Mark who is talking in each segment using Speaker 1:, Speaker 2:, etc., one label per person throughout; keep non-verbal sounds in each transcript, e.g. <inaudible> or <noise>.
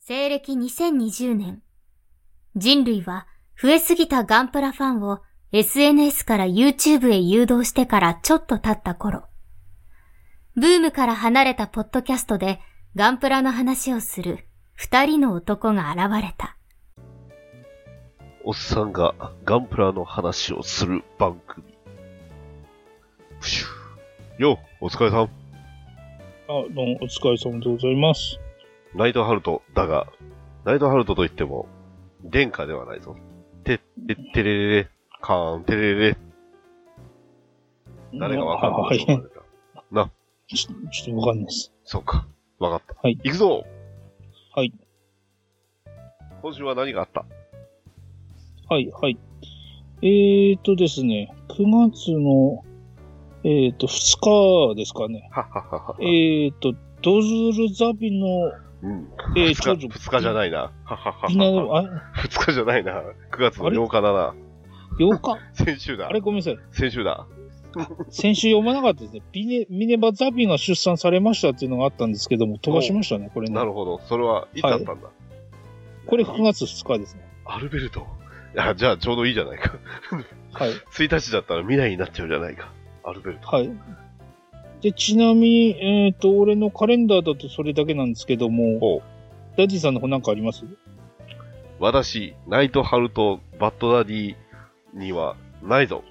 Speaker 1: 西暦2020年、人類は増えすぎたガンプラファンを SNS から YouTube へ誘導してからちょっと経った頃、ブームから離れたポッドキャストでガンプラの話をする二人の男が現れた。
Speaker 2: おっさんがガンプラの話をする番組。プシュよう、お疲れさん。
Speaker 3: あ、どうも、お疲れ様でございます。
Speaker 2: ナイトハルトだが、ナイトハルトといっても、殿下ではないぞ。てってってれれれ、かーんてれれれ、誰がわかん
Speaker 3: は
Speaker 2: ないい
Speaker 3: ち
Speaker 2: そ
Speaker 3: ょ
Speaker 2: うだね
Speaker 3: <laughs> ちょっとわかんないです。
Speaker 2: そうか、わかった。
Speaker 3: はい
Speaker 2: 行くぞ
Speaker 3: はい。
Speaker 2: 今週は何があった
Speaker 3: はい、はい。えーとですね、9月の、えーと、2日ですかね。
Speaker 2: はっはっはっは。
Speaker 3: えーと、ドズルザビの、
Speaker 2: うん。
Speaker 3: えー
Speaker 2: 二
Speaker 3: 長女
Speaker 2: 日二日じゃないな。はっはっはっ
Speaker 3: みんな
Speaker 2: は。
Speaker 3: あ、
Speaker 2: 二日じゃないな。9月の8日だな。
Speaker 3: 8日
Speaker 2: 先週だ
Speaker 3: あ。れごめんなさい。
Speaker 2: 先週だ。
Speaker 3: 先週読まなかったですね。ビネ、ミネバザビが出産されましたっていうのがあったんですけども、飛ばしましたね、これね
Speaker 2: な。るほど。それはいつだったんだ、
Speaker 3: これ9月2日ですね。
Speaker 2: アルベルト。あじゃあちょうどいいじゃないか。
Speaker 3: はい。
Speaker 2: 1日だったら未来になっちゃうじゃないか。アルベルト。
Speaker 3: はい。で、ちなみに、えっ、と、俺のカレンダーだとそれだけなんですけども、
Speaker 2: おう
Speaker 3: ダディさんの方なんかあります
Speaker 2: 私、ナイト・ハルト・バッド・ダディにはないぞ。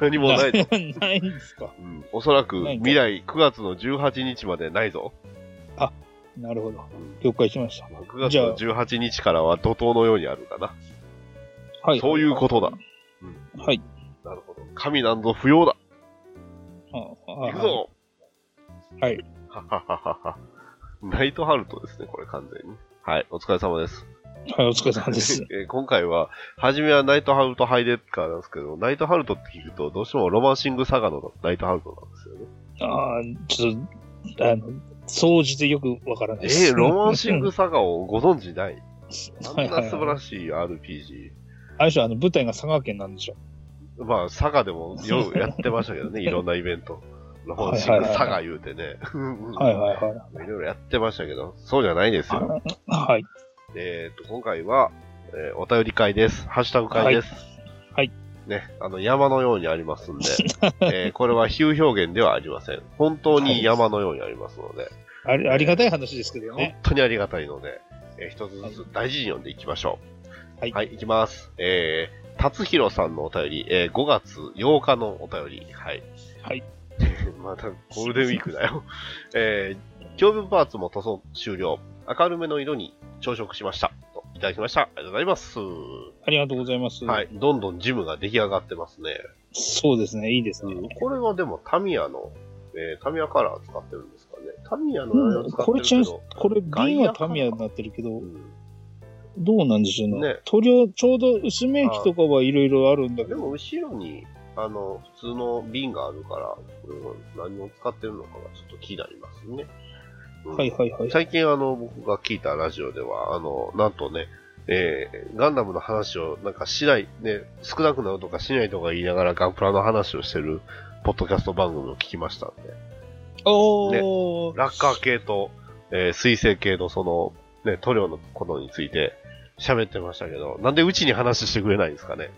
Speaker 2: 何もないぞ。
Speaker 3: <laughs> ないんですか。
Speaker 2: うんおそらく
Speaker 3: ないんか
Speaker 2: 未来9月の18日までないぞ。
Speaker 3: なるほど。了解しました。
Speaker 2: まあ9月の18日からは怒涛のようにあるかな。
Speaker 3: はい。
Speaker 2: そういうことだ。
Speaker 3: はい。
Speaker 2: なるほど。神なんぞ不要だ。
Speaker 3: あ
Speaker 2: 行
Speaker 3: あ
Speaker 2: くぞ
Speaker 3: はい。
Speaker 2: はっはっはっは。ナイト・ハルトですね、これ完全に。はい、お疲れ様です。
Speaker 3: はい、お疲れ様です。
Speaker 2: <laughs> えー今回は、初めはナイトハルトハイデッカーなんですけど、ナイトハルトって聞くと、どうしてもロマンシングサガのナイトハルトなんですよね。
Speaker 3: ああ、ちょっと、あの、総じてよくわからない <laughs> です。
Speaker 2: えー、ロマンシ
Speaker 3: <laughs>
Speaker 2: ングサガをご存知ないあ
Speaker 3: はい
Speaker 2: んな
Speaker 3: はい
Speaker 2: 素晴
Speaker 3: はい。
Speaker 2: らしい RPG。
Speaker 3: あれでしょ、あの、舞台が佐賀県なんでしょ。
Speaker 2: まあ、サガでもようやってましたけど
Speaker 3: <laughs>
Speaker 2: ね、いろんなイベント。ロマンシングサガ言うてね。
Speaker 3: はいはい
Speaker 2: <laughs>
Speaker 3: はい
Speaker 2: ろいろやってましたけど、そうじゃないですよ。
Speaker 3: い。はい。
Speaker 2: えっと、今回は、えーお便り会です。ハッシュタグ会です。
Speaker 3: はい。
Speaker 2: ね、あの、山のようにあります
Speaker 3: <laughs>
Speaker 2: んで、えーこれは比喩表現ではありません。本当に山のようにありますので、
Speaker 3: ありありがたい話ですけど
Speaker 2: 本
Speaker 3: ね。
Speaker 2: 当にありがたいので、えー一つずつ大事に読んでいきましょう。
Speaker 3: はい
Speaker 2: はい、いきます。えー、達弘さんのお便り、えー5月8日のお便り。はい。
Speaker 3: はい。
Speaker 2: <laughs> またゴールデンウィークだよ。 <laughs> えー、胸部パーツも塗装終了。明るめの色に朝食しました。といただきました。ありがとうございます。
Speaker 3: ありがとうございます。
Speaker 2: はい。どんどんジムが出来上がってますね。
Speaker 3: そうですね、いいですね。
Speaker 2: これはでもタミヤの、えータミヤカラー使ってるんですかね。タミヤのあれを使って
Speaker 3: こ
Speaker 2: る
Speaker 3: れ
Speaker 2: け
Speaker 3: ちゃん
Speaker 2: ど、
Speaker 3: これ
Speaker 2: ガイア
Speaker 3: 瓶はタミヤになってるけど
Speaker 2: う、ん
Speaker 3: どうなんでしょうね
Speaker 2: ね。
Speaker 3: 塗料、ちょうど薄め液とかはいろいろあるんだけ
Speaker 2: で
Speaker 3: ど、
Speaker 2: も後ろに、あの、普通の瓶があるから、これは何を使ってるのかがちょっと気になりますね。うん
Speaker 3: はいはいはい。
Speaker 2: 最近あの、僕が聞いたラジオでは、あの、なんとね、えーガンダムの話をなんかしない、ね、少なくなるとかしないとか言いながらガンプラの話をしてる、ポッドキャスト番組を聞きましたんで、
Speaker 3: おー、
Speaker 2: ラッカー系と、えー水星系のその、ね、塗料のことについて喋ってましたけど、なんでうちに話してくれないんですかね。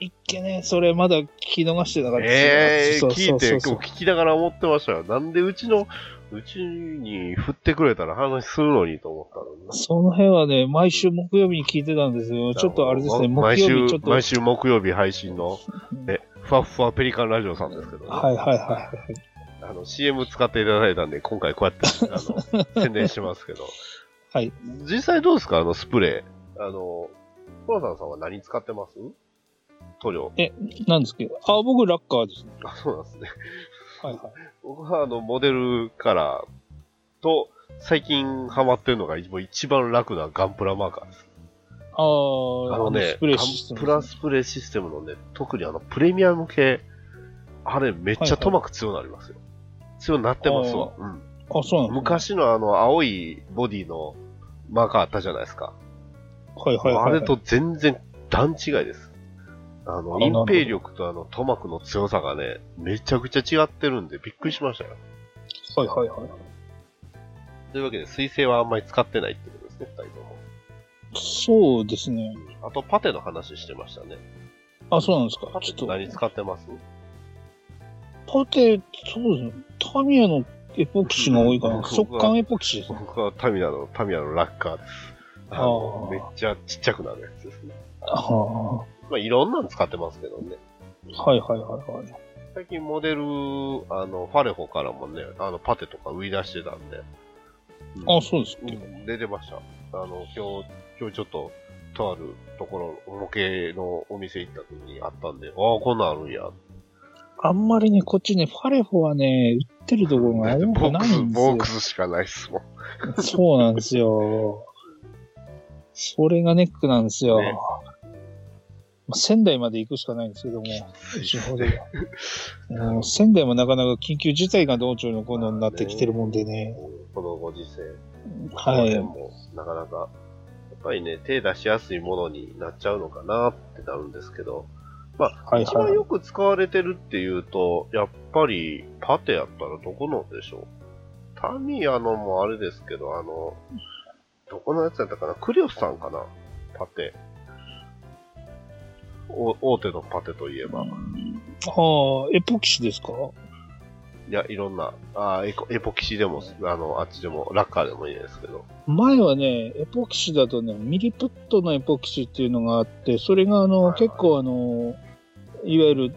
Speaker 3: いっけね、それまだ聞き逃してなかった
Speaker 2: ええ
Speaker 3: そう
Speaker 2: 聞
Speaker 3: そ
Speaker 2: いう
Speaker 3: そ
Speaker 2: て、
Speaker 3: うそう
Speaker 2: 今日聞きながら思ってましたよ。なんでうちの、うちに振ってくれたら話するのにと思ったのに。
Speaker 3: その辺はね、毎週木曜日に聞いてたんですよ。ちょっとあれですね、木
Speaker 2: 毎
Speaker 3: 曜日ちょ
Speaker 2: 週
Speaker 3: っ、と。は
Speaker 2: 毎
Speaker 3: い
Speaker 2: 週木曜日配信の
Speaker 3: うん、
Speaker 2: ね、ふわっふわペリカンラジオさんですけどね、
Speaker 3: はいはいはい。
Speaker 2: あの、CM 使っていただいたんで、今回こうやって、あの、宣伝しますけど。
Speaker 3: <laughs> はい。
Speaker 2: 実際どうですかあの、スプレー。あの、コロさんさんは何使ってます塗料。
Speaker 3: なんですけど、あ、僕ラッカーですね。
Speaker 2: あ、そうなんですね。
Speaker 3: はいはい。
Speaker 2: 僕はあの、モデルカラーと、最近ハマってるのが一番一番楽なガンプラマーカーです。
Speaker 3: あー、
Speaker 2: あのね、
Speaker 3: スプレーシステム。
Speaker 2: ガンプラスプレーシステムのね、特にあの、プレミアム系、あれめっ
Speaker 3: はい
Speaker 2: ち
Speaker 3: は
Speaker 2: ゃ
Speaker 3: い
Speaker 2: トマク強なりますよ。強なってますわ。うん
Speaker 3: あ、そうなの
Speaker 2: 昔のあの、青いボディのマーカーあったじゃないですか。
Speaker 3: はいはいはい。
Speaker 2: あれと全然段違いです。あの、
Speaker 3: あなるほ
Speaker 2: 隠
Speaker 3: ど
Speaker 2: 蔽力とあの、トマクの強さがね、めちゃくちゃ違ってるんでびっくりしましたよ。
Speaker 3: はいはいはい。
Speaker 2: というわけで、水星はあんまり使ってないってことですね、二人とも。
Speaker 3: そうですね。
Speaker 2: あと、パテの話してましたね。
Speaker 3: あ、そうなんです
Speaker 2: パ
Speaker 3: か。
Speaker 2: テ
Speaker 3: ち
Speaker 2: って
Speaker 3: ょっ
Speaker 2: 何使ってます
Speaker 3: と、パテ、そうですね。タミヤのエポキシが多いか
Speaker 2: うん
Speaker 3: な。速乾エポキシですね。
Speaker 2: 僕はタミヤの、タミヤのラッカーです。あの
Speaker 3: あー
Speaker 2: めっちゃちっちゃくなるやつですね。
Speaker 3: は
Speaker 2: まあ、いろんなの使ってますけどね。
Speaker 3: あ、はいはいはいはい。
Speaker 2: 最近モデル、あの、ファレホからもね、あの、パテとか売り出してたんで。うん
Speaker 3: あ、そうですっ
Speaker 2: う
Speaker 3: け。
Speaker 2: ん出てました。あの、今日、今日ちょっと、とあるところ、模型のお店行った時にあったんで、ああ、こんなんあるんや。
Speaker 3: あんまりね、こっちね、ファレホはね、売ってるところが多
Speaker 2: ボッ
Speaker 3: く
Speaker 2: ク
Speaker 3: ない
Speaker 2: ス、
Speaker 3: んです
Speaker 2: ボ
Speaker 3: よ
Speaker 2: ック。スしかないっすもん。
Speaker 3: そうなんですよ。それがネックなんですよ。
Speaker 2: ね
Speaker 3: まあ仙台まで行くしかないんですけども、地方では。もう仙台もなかなか緊急事態が道中のこのになってきてるもんでね。
Speaker 2: このご時世。
Speaker 3: は
Speaker 2: で
Speaker 3: い。
Speaker 2: も、なかなか、やっぱりね、手出しやすいものになっちゃうのかなってなるんですけど、まあ、
Speaker 3: はい
Speaker 2: 一番
Speaker 3: は
Speaker 2: よく使われてるっていうと、やっぱり、パテやったらどこのでしょうタミヤのもあれですけど、あの、どこのやつだったかなクリオスさんかなパテ。お大手のパテといえば。
Speaker 3: い。ああ、エポキシですか
Speaker 2: いや、いろんな、あーエコエポキシでも、あの、あっちでも、ラッカーでもいいですけど。
Speaker 3: 前はね、エポキシだとね、ミリプットのエポキシっていうのがあって、それがあ
Speaker 2: は
Speaker 3: の、
Speaker 2: いはい
Speaker 3: 結構あの、いわゆる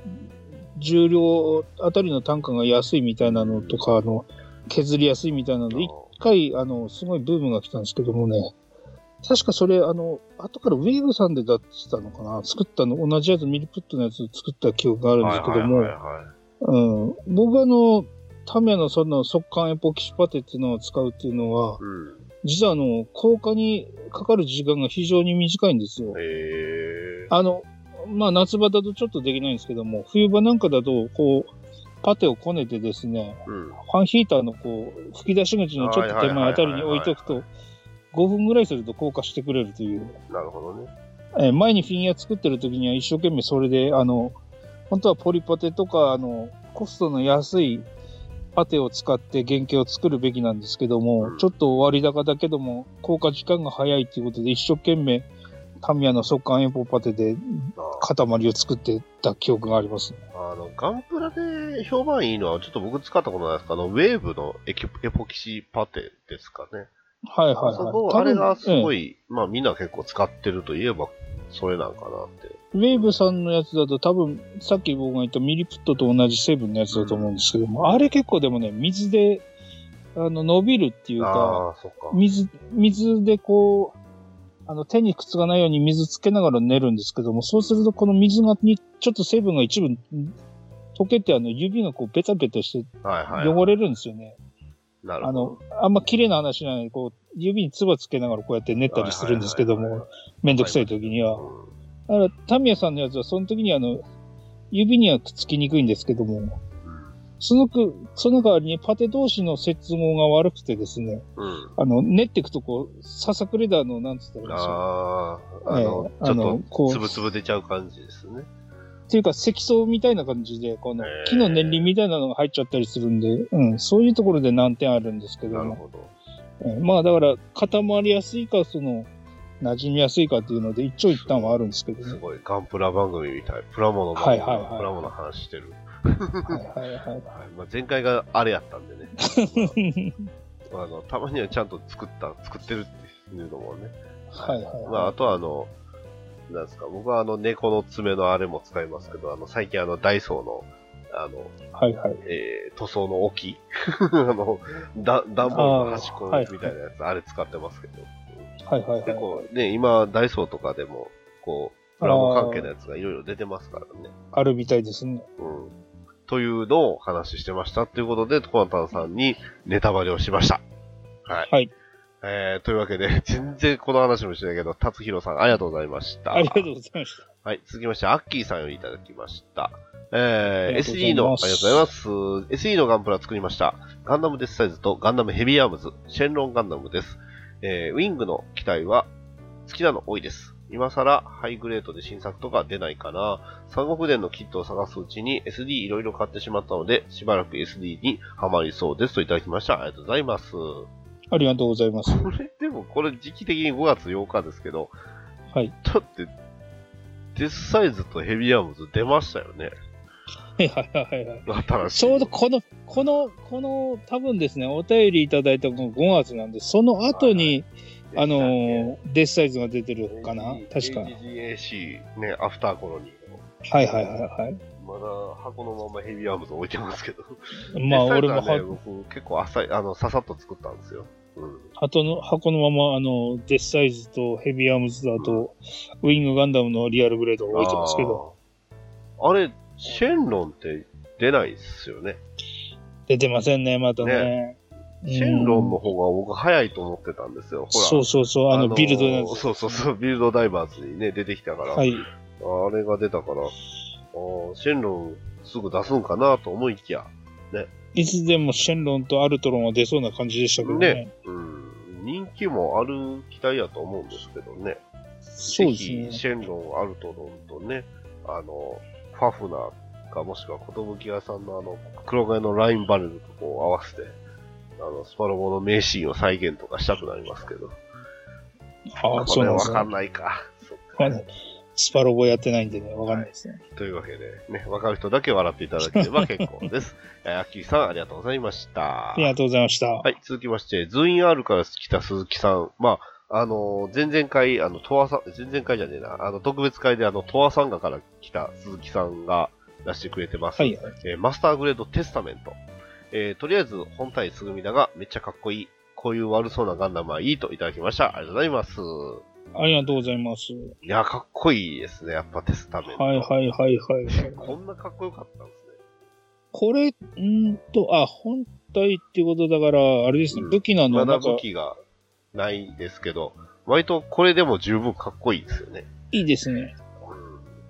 Speaker 3: 重量あたりの単価が安いみたいなのとか、あの、削りやすいみたいなので、一回あの、すごいブームが来たんですけどもね、確かそれあの、後からウェーブさんで出したのかな作ったの、同じやつ、ミリプットのやつ作った記憶があるんですけども、
Speaker 2: はいはいはいはい
Speaker 3: うん、僕はあの、タメのその速乾エポキシパテっていうのを使うっていうのは、
Speaker 2: うん。
Speaker 3: 実はあの、硬化にかかる時間が非常に短いんですよ。
Speaker 2: へえ。
Speaker 3: あの、まあ夏場だとちょっとできないんですけども、冬場なんかだと、こう、パテをこねてですね、
Speaker 2: うん。
Speaker 3: ファンヒーターのこう、吹き出し口のちょっと手前あたりに置いとくと、5分ぐらいすると硬化してくれるという。
Speaker 2: なるほどね。
Speaker 3: えー前にフィギュア作ってる時には一生懸命それで、あの、本当はポリパテとか、あの、コストの安いパテを使って原型を作るべきなんですけども、
Speaker 2: うん
Speaker 3: ちょっと終わり高だけども、効果時間が早いっていうことで一生懸命、タミヤの速乾遠方パテで
Speaker 2: あ
Speaker 3: 塊を作ってた記憶がありますね。
Speaker 2: あの、ガンプラで評判いいのは、ちょっと僕使ったことないですかあの、ウェーブのエキエポキシパテですかね。
Speaker 3: はいはいはい。
Speaker 2: そこ、あれがすご
Speaker 3: い、
Speaker 2: い、まあみんな結構使ってるといえば、それなんかなって。
Speaker 3: ええウェーブさんのやつだと多分、さっき僕が言ったミリプットと同じ成分のやつだと思うんですけども、あれ結構でもね、水で、あの、伸びるっていうか、
Speaker 2: ああ、そっか。
Speaker 3: 水、水でこう、あの手にくっつかないように水つけながら寝るんですけども、そうするとこの水がに、ちょっと成分が一部ん溶けて、あの指がこうベタベタして
Speaker 2: はいはい。
Speaker 3: 汚れるんですよね。
Speaker 2: なる
Speaker 3: あ
Speaker 2: ほ
Speaker 3: の
Speaker 2: ど。、
Speaker 3: あんま綺麗な話じゃない、こう、指に唾つけながらこうやって寝たりするんですけど
Speaker 2: はいはいは
Speaker 3: も、めんどくさい時に
Speaker 2: あ
Speaker 3: は。だから、タミヤさんのやつはその時にあの、指にはくっつきにくいんですけども、そのく、その代わりにパテ同士の接合が悪くてですね、
Speaker 2: うん。
Speaker 3: あの、練っていくとこう、ささくれだの、なんつったらいいんです
Speaker 2: あ
Speaker 3: か。
Speaker 2: あ、あ
Speaker 3: ええ
Speaker 2: の、
Speaker 3: あ
Speaker 2: ち
Speaker 3: の
Speaker 2: ょっ、
Speaker 3: こ
Speaker 2: つ
Speaker 3: とう
Speaker 2: ぶつぶ出ちゃう感じですね。
Speaker 3: っていうか、積層みたいな感じで、この
Speaker 2: えー
Speaker 3: 木の年輪みたいなのが入っちゃったりするんで、うん、そういうところで難点あるんですけど
Speaker 2: なる
Speaker 3: も、
Speaker 2: ほど。
Speaker 3: うんまあだから、固まりやすいか、その、馴染みやすいかっていうので、一長一短はあるんですけど
Speaker 2: す <laughs>
Speaker 3: ね。
Speaker 2: ごい、ガンプラ番組みたい。プラモの番組、
Speaker 3: はいはいはい
Speaker 2: プラモの話してる。
Speaker 3: はいはいはい。
Speaker 2: はいまあ、前回があれやったんでね。
Speaker 3: <laughs>
Speaker 2: まああのたまにはちゃんと作った、作ってるっていうのもね。
Speaker 3: はいはい
Speaker 2: まあ、
Speaker 3: は
Speaker 2: あとはあの、なんですか、僕はあの、猫の爪のあれも使いますけど、あの、最近あの、ダイソーの、あの、
Speaker 3: い。はいはい。
Speaker 2: えー塗装の置き <laughs> あの、だ段ボールの端っこみたいなやつ、あれ使ってますけど。
Speaker 3: はいはいはい
Speaker 2: 結。構ね、今、ダイソーとかでも、こう、プラモ関係のやつがいろいろ出てますからね。
Speaker 3: あるみたいですね。
Speaker 2: うん。というのをお話ししてました。ということで、コナタンさんにネタバレをしました。はい。
Speaker 3: はい
Speaker 2: えー、というわけで、全然この話もしてないけど、達弘さんありがとうございました。
Speaker 3: ありがとうございました。
Speaker 2: はい。続きまして、アッキーさんよりいただきました。えー、
Speaker 3: あり
Speaker 2: SE
Speaker 3: がとう
Speaker 2: の、あ
Speaker 3: ご
Speaker 2: り
Speaker 3: ざ
Speaker 2: が
Speaker 3: い
Speaker 2: と
Speaker 3: ま
Speaker 2: う
Speaker 3: す
Speaker 2: ございます。SE のガンプラ作りました。ガンダムデスサイズとガンダムヘビーアームズ、シェンロンガンダムです。えー、ウィングの機体は好きなの多いです。今更ハイグレードで新作とか出ないかな。三国伝のキットを探すうちに SD いろいろ買ってしまったので、しばらく SD にはまりそうですといただきました。ありがとうございます。
Speaker 3: ありがとうございます。
Speaker 2: これ、でもこれ時期的に5月8日ですけど、
Speaker 3: はい。
Speaker 2: だって、デスサイズとヘビーアームズ出ましたよね。
Speaker 3: はいはいはいはい。
Speaker 2: 新しい。
Speaker 3: ちょうどこの、この、この、多分ですね、お便りいただいたのが5月なんで、その後に、あのー、デスサイズが出てるかな確か。
Speaker 2: AGAC、ね、アフターコロニーの。
Speaker 3: はいはいはい
Speaker 2: まだ箱のままヘビーアームズ置いてますけど。
Speaker 3: はい。まあ、
Speaker 2: デスサイズ
Speaker 3: 俺も
Speaker 2: はね、
Speaker 3: は、
Speaker 2: 僕結構浅い、あの、ささっと作ったんですよ。うん。
Speaker 3: 鳩の箱のまま、あの、デスサイズとヘビーアームズと、あと、ウィングガンダムのリアルグレードを置いてますけど、
Speaker 2: あー。あれ、シェンロンって出ないっすよね。
Speaker 3: 出てませんね、またね。うん
Speaker 2: シェンロンの方が僕早いと思ってたんですよ。ほら。
Speaker 3: そうそうそう、あの、
Speaker 2: ー
Speaker 3: ビルドなんです
Speaker 2: そうそうそう、ビルドダイバーズにね、出てきたから、
Speaker 3: はい。
Speaker 2: あれが出たから、あーシェンロンすぐ出すんかなと思いきや、
Speaker 3: いつでもシェンロンとアルトロンは出そうな感じでしたけどね。
Speaker 2: うん、人気もある期待やと思うんですけどね。
Speaker 3: そ
Speaker 2: ぜ
Speaker 3: うです
Speaker 2: ひ
Speaker 3: ね。
Speaker 2: シェンロン、アルトロンとね、あの、ファフナーか、もしくは寿屋さんのあの、黒金のラインバレルとこう合わせて、あの、スパロボの名シーンを再現とかしたくなりますけど。
Speaker 3: ああ、
Speaker 2: こ
Speaker 3: そう
Speaker 2: れ
Speaker 3: なん
Speaker 2: わ
Speaker 3: ですね
Speaker 2: かんないか。そっ
Speaker 3: わか
Speaker 2: か
Speaker 3: んないスパロボやってないんでね、わかんないですね。
Speaker 2: というわけで、ね、わかる人だけ笑っていただけれ
Speaker 3: <laughs>
Speaker 2: ば結構です。 <laughs> えー、アッキーさん、ありがとうございました。
Speaker 3: ありがとうございました。
Speaker 2: はい、続きまして、ズイン R から来た鈴木さん。まあ、あのー前々回、あの、とわさん、前々回じゃねえな、あの、特別会であの、とわさんがから来た鈴木さんが出してくれてます。
Speaker 3: はい。
Speaker 2: えーマスターグレードテスタメント。えーとりあえず、本体すぐみだが、めっちゃかっこいい。こういう悪そうなガンダムはいいといただきました。ありがとうございます。
Speaker 3: ありがとうございます。
Speaker 2: いや、かっこいいですね。やっぱテスタメント。
Speaker 3: はいはいはいはい。
Speaker 2: こんなかっこよかったんですね。
Speaker 3: これ、んーと、あ、本体ってことだから、あれですね、
Speaker 2: うん
Speaker 3: 武器なの、
Speaker 2: ま
Speaker 3: な
Speaker 2: だ
Speaker 3: んか、
Speaker 2: 武器がないですけど、割とこれでも十分かっこいいですよね。
Speaker 3: いいですね。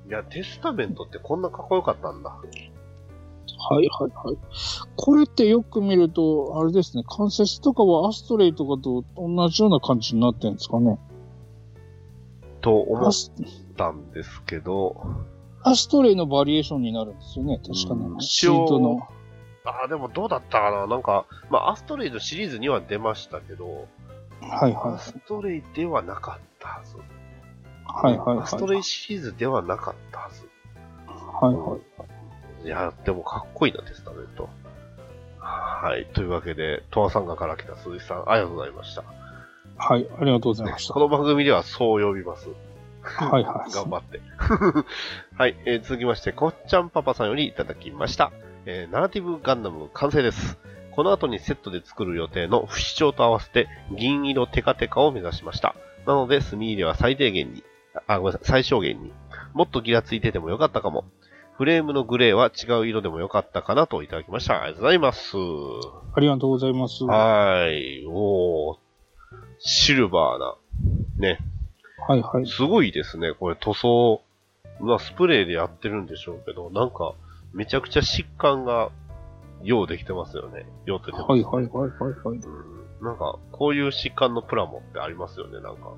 Speaker 2: いや、テスタメントってこんなかっこよかったんだ。
Speaker 3: はいはいはい。これってよく見ると、あれですね、関節とかはアストレイとかと同じような感じになってるんですかね。
Speaker 2: と思
Speaker 3: ア
Speaker 2: っ
Speaker 3: ス
Speaker 2: たんですけど、
Speaker 3: アストレイのバリエーションになるんですよね、確か
Speaker 2: うん
Speaker 3: ね。シートの。
Speaker 2: ああ、でもどうだったかななんか、まあ、アストレイのシリーズには出ましたけど、
Speaker 3: はい
Speaker 2: ア
Speaker 3: は
Speaker 2: ストレイではなかったはず。
Speaker 3: い。はいはいはい。
Speaker 2: アストレイシリーズではなかったはず。
Speaker 3: はいはい。
Speaker 2: いや、でもかっこいいな、テスタメント。はい。というわけで、トワさんがから来た鈴木さん、ありがとうございました。
Speaker 3: はい、ありがとうございました。
Speaker 2: この番組ではそう呼びます。
Speaker 3: はいは
Speaker 2: 頑
Speaker 3: い。
Speaker 2: 張って。 <laughs> はい、えー続きまして、こっちゃんパパさんよりいただきました。えーナラティブガンダム完成です。この後にセットで作る予定の不死鳥と合わせて銀色テカテカを目指しました。なので、墨入れは最低限に、あ、ごめんなさい、最小限に。もっとギラついててもよかったかも。フレームのグレーは違う色でもよかったかなといただきました。ありがとうございます。
Speaker 3: ありがとうございます。は
Speaker 2: はい、おー、シルバーな、ね、
Speaker 3: いはい。
Speaker 2: すごいですね、これ塗装。まあ、スプレーでやってるんでしょうけど、なんか、めちゃくちゃ疾患が、用できてますよね。用っててます、
Speaker 3: はいはいはいはいはい。
Speaker 2: うんなんか、こういう疾患のプラモってありますよね、なんか。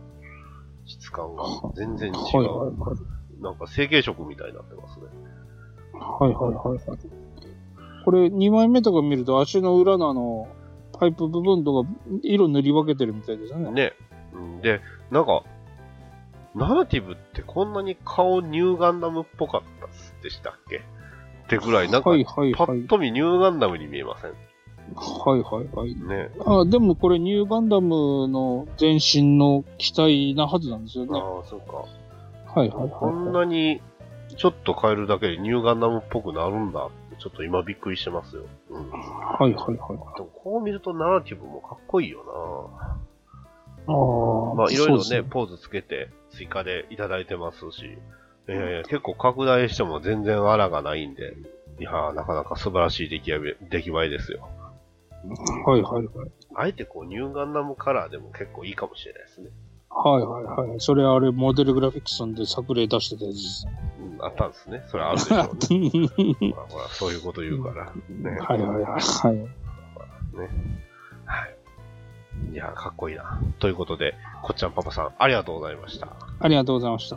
Speaker 2: 質感が全然違う。
Speaker 3: はいはいはい。
Speaker 2: なんか、成型色みたいになってますね。
Speaker 3: はいはいはいはい。これ2枚目とか見ると足の裏のあの、パイプ部分とか色塗り分けてるみたいですね。
Speaker 2: ね。うんで、なんか、ナラティブってこんなに顔ニューガンダムっぽかったっすでしたっけってぐらい、なんか、
Speaker 3: はいはい
Speaker 2: パ
Speaker 3: はい。
Speaker 2: ッと見ニューガンダムに見えません
Speaker 3: はいはいはい。
Speaker 2: ね。
Speaker 3: あでもこれニューガンダムの前身の機体なはずなんですよね。は
Speaker 2: ああ、そうか。
Speaker 3: いはい
Speaker 2: こんな
Speaker 3: は
Speaker 2: にちょっと変えるだけでニューガンダムっぽくなるんだって、ちょっと今びっくりしてますよ。うん。で
Speaker 3: い。はいはいはい。
Speaker 2: もこう見るとナラティブもかっこいいよ
Speaker 3: あ
Speaker 2: な
Speaker 3: あ
Speaker 2: まあいろいろ
Speaker 3: そう
Speaker 2: ね、
Speaker 3: です
Speaker 2: ポーズつけて追加でいただいてますし、えー結構拡大しても全然あらがないんで、いやー、なかなか素晴らしい出来やび出来栄えですよ。
Speaker 3: はいはいはい。
Speaker 2: あえてこうニューガンダムカラーでも結構いいかもしれないですね。
Speaker 3: はいはいはい。それあれ、モデルグラフィックスさんで作例出してたやつです。
Speaker 2: うん、あったんですね。それあるでしょうね。
Speaker 3: <laughs>
Speaker 2: ほらほら、そういうこと言うから。ね
Speaker 3: はいはいはいはい。
Speaker 2: いやー、かっこいいな。ということで、こっちゃんパパさん、ありがとうございました。
Speaker 3: ありがとうございました。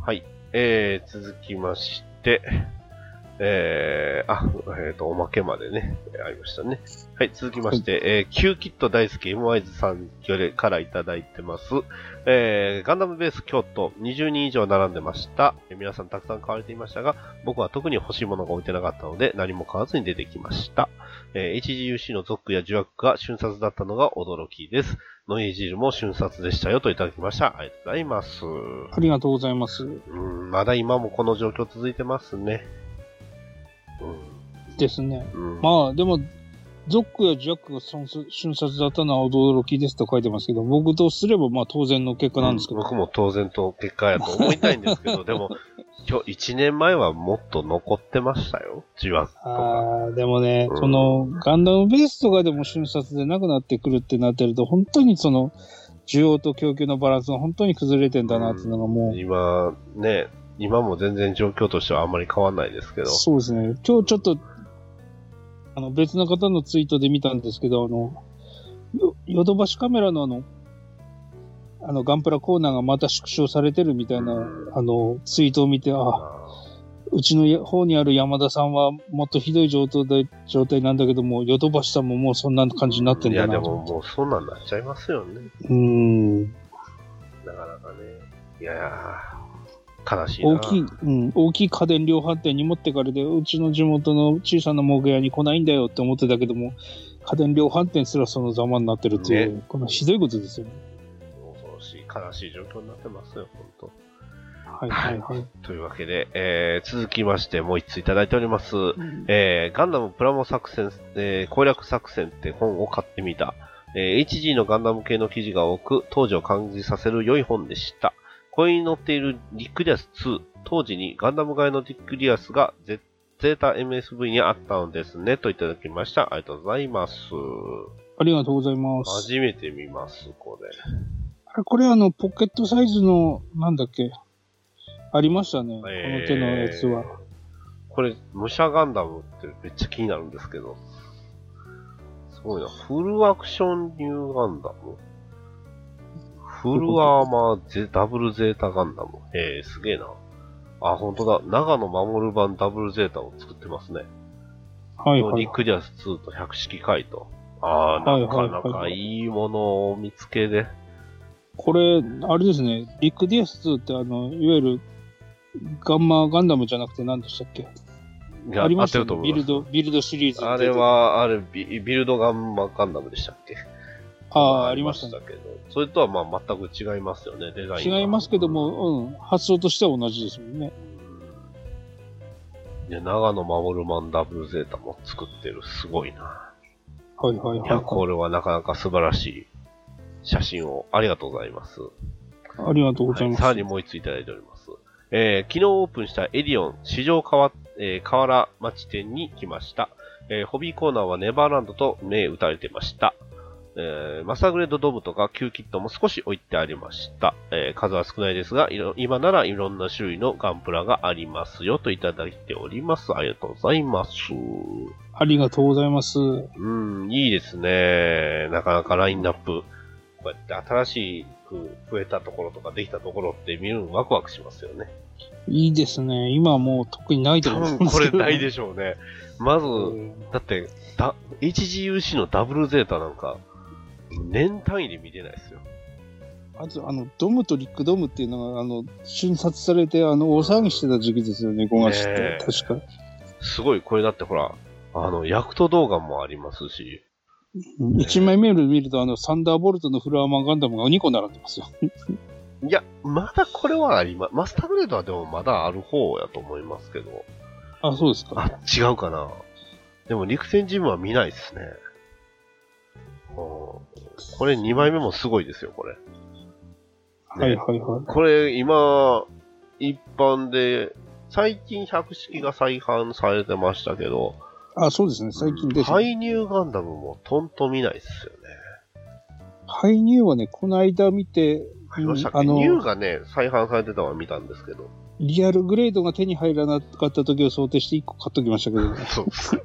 Speaker 2: はい。えー、続きまして、えー、あ、えっ、と、おまけまでね、えーありましたね。はい、続きまして、えー、キューキット大好き m y ズさんよりからいただいてます。えー、ガンダムベース京都、20人以上並んでました。えー皆さんたくさん買われていましたが、僕は特に欲しいものが置いてなかったので、何も買わずに出てきました。えー、HGUC のゾックやジュアックが瞬殺だったのが驚きです。ノイジールも瞬殺でしたよといただきました。ありがとうございます。う
Speaker 3: ありがとうございます。
Speaker 2: ん、まだ今もこの状況続いてますね。
Speaker 3: ですね。
Speaker 2: うん。うん、
Speaker 3: まあ、でも、ゾックやジャックが瞬殺瞬殺だったのは驚きですと書いてますけど、僕とすればまあ当然の結果なんですけど、
Speaker 2: 僕も当然と結果やと思いたいんですけ
Speaker 3: <laughs>
Speaker 2: ど、でも、今日1年前はもっと残ってましたよ。じわっとか。
Speaker 3: ああ、でもね、
Speaker 2: うん
Speaker 3: その、ガンダムベースとかでも瞬殺でなくなってくるってなってると、本当にその、需要と供給のバランスが本当に崩れてんだなっていうのがもう、
Speaker 2: 今、ね、今も全然状況としてはあんまり変わんないですけど。
Speaker 3: そうですね。今日ちょっと、あの、別の方のツイートで見たんですけど、あの、よヨドバシカメラのあの、あの、ガンプラコーナーがまた縮小されてるみたいな、あの、ツイートを見て、あ、
Speaker 2: あ
Speaker 3: うちの方にある山田さんはもっとひどい状態で状態なんだけども、ヨドバシさんももうそんな感じになって
Speaker 2: ー
Speaker 3: ん
Speaker 2: い
Speaker 3: だ
Speaker 2: や、で
Speaker 3: な
Speaker 2: も
Speaker 3: と。
Speaker 2: もうそんなんなっちゃいますよね。
Speaker 3: うーん。
Speaker 2: なかなかね。いやー、悲しいな。
Speaker 3: 大きい、うん、大きい家電量販店に持ってかれて、うちの地元の小さな模具屋に来ないんだよって思ってたけども、家電量販店すらそのざまになってるっていう、このひどいことですよね。
Speaker 2: 恐ろしい、悲しい状況になってますよ、本当。
Speaker 3: はいはいはい。
Speaker 2: というわけで、えー、続きまして、もう一ついただいております。えーガンダムプラモ作戦、えー攻略作戦って本を買ってみた。えー HG のガンダム系の記事が多く、当時を感じさせる良い本でした。これに載っているリックリアス2、当時にガンダム買いのリックリアスがゼゼータ MSV にあったのですね、といただきました。ありがとうございます。
Speaker 3: ありがとうございます。
Speaker 2: 初めて見ます、これ。
Speaker 3: あれこれあの、ポケットサイズの、なんだっけ、ありましたね。こ
Speaker 2: え
Speaker 3: の
Speaker 2: ー
Speaker 3: 手のやつは。。
Speaker 2: これ、武者ガンダムってめっちゃ気になるんですけど。すごいな。フルアクションニューガンダムフルアーマーゼダブルゼータガンダム。へえ、すげえな。あ、本当だ。長野守る版ダブルゼータを作ってますね。
Speaker 3: はいは
Speaker 2: リ
Speaker 3: い。
Speaker 2: クリアス2と百式回と。ああ、なかなかいいものを見つけで。
Speaker 3: これ、あれですね、リックディアス2ってあの、いわゆる、ガンマガンダムじゃなくて何でしたっけ
Speaker 2: いや
Speaker 3: ありまし
Speaker 2: 合
Speaker 3: た
Speaker 2: ってると思い
Speaker 3: ね。ビ
Speaker 2: ま
Speaker 3: ル
Speaker 2: す。
Speaker 3: ド、ビルドシリーズって
Speaker 2: あれは、あれビ、ビルドガンマガンダムでしたっけ
Speaker 3: ああ、ありましたね。
Speaker 2: けど、それとはまあ全く違いますよね、デザインが。
Speaker 3: 違いますけども、うん、発想としては同じですもんね。
Speaker 2: うん。いや、長野守るマンダブルゼータも作ってる、すごいな。
Speaker 3: はいはいはいい
Speaker 2: や、
Speaker 3: は
Speaker 2: これはなかなか素晴らしい写真をありがとうございます。
Speaker 3: い。ありがとうございます。
Speaker 2: はいさらにもう一ついただいております。えー昨日オープンしたエディオン市場河わ、えー河原町店に来ました。えーホビーコーナーはネバーランドと銘打たれてました。えーマサグレードドームとかキューキットも少し置いてありました。えー数は少ないですが、いろ今ならいろんな種類のガンプラがありますよといただいております。ありがとうございます。
Speaker 3: ありがとうございます。
Speaker 2: うん、いいですね。なかなかラインナップ。こうやって新しく増えたところとかできたところって見るのワクワクしますよね。
Speaker 3: いいですね。今はもう特にないと
Speaker 2: 多
Speaker 3: 思うん
Speaker 2: 分
Speaker 3: です
Speaker 2: こ
Speaker 3: け
Speaker 2: れ
Speaker 3: ど。
Speaker 2: ないでしょうね。まず、
Speaker 3: うん
Speaker 2: だって、だ HGUC のダブルゼータなんか、年単位で見てないですよ。
Speaker 3: あと、あの、ドムとリックドムっていうのが、あの、瞬殺されて、あの、大騒ぎしてた時期ですよね、5月って。
Speaker 2: ねえ
Speaker 3: 確か。
Speaker 2: すごい、これだってほら、あの、ヤクト動画もありますし、
Speaker 3: うん一枚目を見ると、あの、サンダーボルトのフラワーマンガンダムが2個並んでますよ。 <laughs>
Speaker 2: いや、まだこれはありま、マスターグレードはでもまだある方やと思いますけど、
Speaker 3: あ、そうですか。
Speaker 2: あ、違うかな。でも陸戦ジムは見ないですね。うんこれ2枚目もすごいですよ、これ。
Speaker 3: はいはいはい。
Speaker 2: これ今、一般で、最近百式が再販されてましたけど、
Speaker 3: あ、そうですね、最近です、ね。
Speaker 2: ハイニューガンダムもトント見ないっすよね。
Speaker 3: ハイニューはね、この間見て、
Speaker 2: ありましたっ
Speaker 3: うんあ
Speaker 2: け
Speaker 3: の
Speaker 2: ニューがね、再販されてたのは見たんですけ
Speaker 3: <laughs>
Speaker 2: ど。
Speaker 3: リアルグレードが手に入らなかった時を想定して1個買っときましたけど、
Speaker 2: そうっす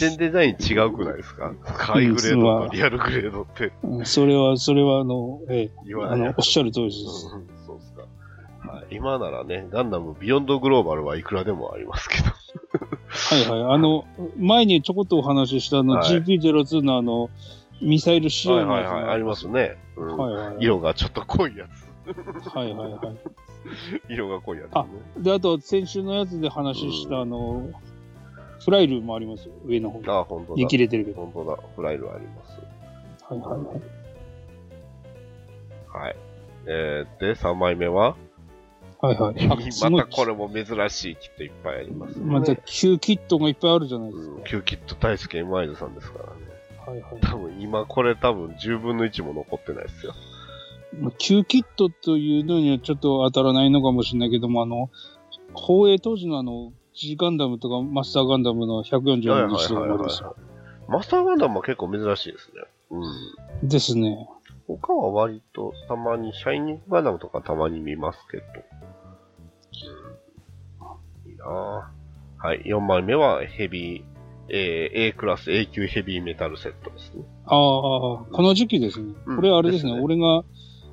Speaker 2: 全然デザイン違うくないですかハイグレードとリアルグレードって
Speaker 3: うんそれは、それは、あの、ええ
Speaker 2: 言わな
Speaker 3: あの
Speaker 2: い。
Speaker 3: おっしゃる通りです。
Speaker 2: うんそうっすか。はい今ならね、ガンダムビヨンドグローバルはいくらでもありますけど。
Speaker 3: はいはい。あの、前にちょこっとお話ししたあの、
Speaker 2: はい
Speaker 3: GP02 のあの、ミサイル仕
Speaker 2: は
Speaker 3: 様
Speaker 2: い
Speaker 3: の
Speaker 2: はい
Speaker 3: や
Speaker 2: <laughs>
Speaker 3: つ
Speaker 2: はい、ありますね。うん
Speaker 3: はいはいはい。
Speaker 2: 色がちょっと濃いや
Speaker 3: はいはいはい。
Speaker 2: つ。 <laughs> 色が濃いやつ、ね。
Speaker 3: あで、あと、先週のやつで話ししたあの、フライルもありますよ、上の方。
Speaker 2: あ、本当だ。
Speaker 3: 煮切れてるけど。
Speaker 2: 本当だ。フライルあります。
Speaker 3: はいはいはい。
Speaker 2: はい。えー、で、3枚目は、
Speaker 3: はい
Speaker 2: <laughs>
Speaker 3: はい。あすご
Speaker 2: ま
Speaker 3: い
Speaker 2: たこれも珍しいキットいっぱいあります、ね。
Speaker 3: また、旧キットがいっぱいあるじゃないで
Speaker 2: う
Speaker 3: す
Speaker 2: ん、キューキット大好き M アイズさんですからね。
Speaker 3: か。はいはい。
Speaker 2: 多分今これ多分10分の1も残ってないですよ。
Speaker 3: まあ、旧キットというのにはちょっと当たらないのかもしれないけども、あの、放映当時のあの、G ガンダムとかマスターガンダムの144の人がありますよ。
Speaker 2: マスターガンダムは結構珍しいですね。うん。
Speaker 3: ですね。
Speaker 2: 他は割とたまに、シャイニングガンダムとかたまに見ますけど。うんいいなぁ。はい。4枚目はヘビー、えー A クラス A 級ヘビーメタルセットですね。
Speaker 3: ああ、この時期ですね。
Speaker 2: うん
Speaker 3: これあれですね、
Speaker 2: ですね
Speaker 3: 俺が、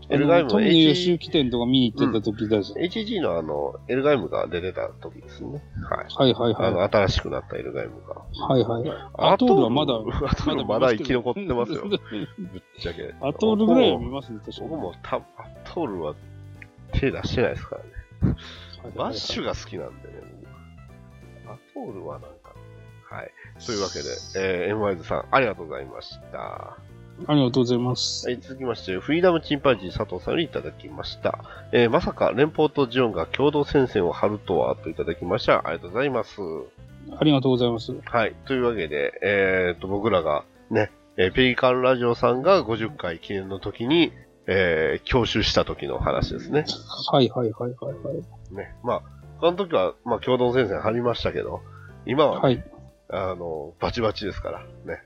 Speaker 2: エルガイ
Speaker 3: あ
Speaker 2: ム
Speaker 3: の、
Speaker 2: の
Speaker 3: 富野
Speaker 2: H-
Speaker 3: 義行店とか見に行ってた時だぞ。
Speaker 2: HG のあの、エルガイムが出てた時ですね。はい。
Speaker 3: はいはい
Speaker 2: あの、
Speaker 3: は
Speaker 2: 新しくなったエルガイムが。
Speaker 3: い。はいはい。アトールはまだ、
Speaker 2: アトールまだ生き残ってます
Speaker 3: <laughs>
Speaker 2: よ。ぶっちゃけ。
Speaker 3: アトールぐらいは
Speaker 2: 僕
Speaker 3: 見
Speaker 2: も
Speaker 3: ますね、確かに。
Speaker 2: 僕もた、アトールは手出してないですからね。マッシュが好きなんでね、僕アトールはなんか、はい。というわけで、えー、エムワイズさん、ありがとうございました。は
Speaker 3: ありがとうございます。
Speaker 2: い、続きまして、フリーダムチンパンジー佐藤さんよりいただきました。えー、まさか連邦とジオンが共同戦線を張るとは、といただきました。ありがとうございます。
Speaker 3: ありがとうございます。
Speaker 2: はい。というわけで、えー、っと、僕らがね、えーペリカンラジオさんが50回記念の時に、えー、教習した時の話ですね。
Speaker 3: はいはいはいはいはい。
Speaker 2: ね。まあ、この時は、まあ、共同戦線張りましたけど、今はね、
Speaker 3: はい。
Speaker 2: あの、バチバチですから、ね。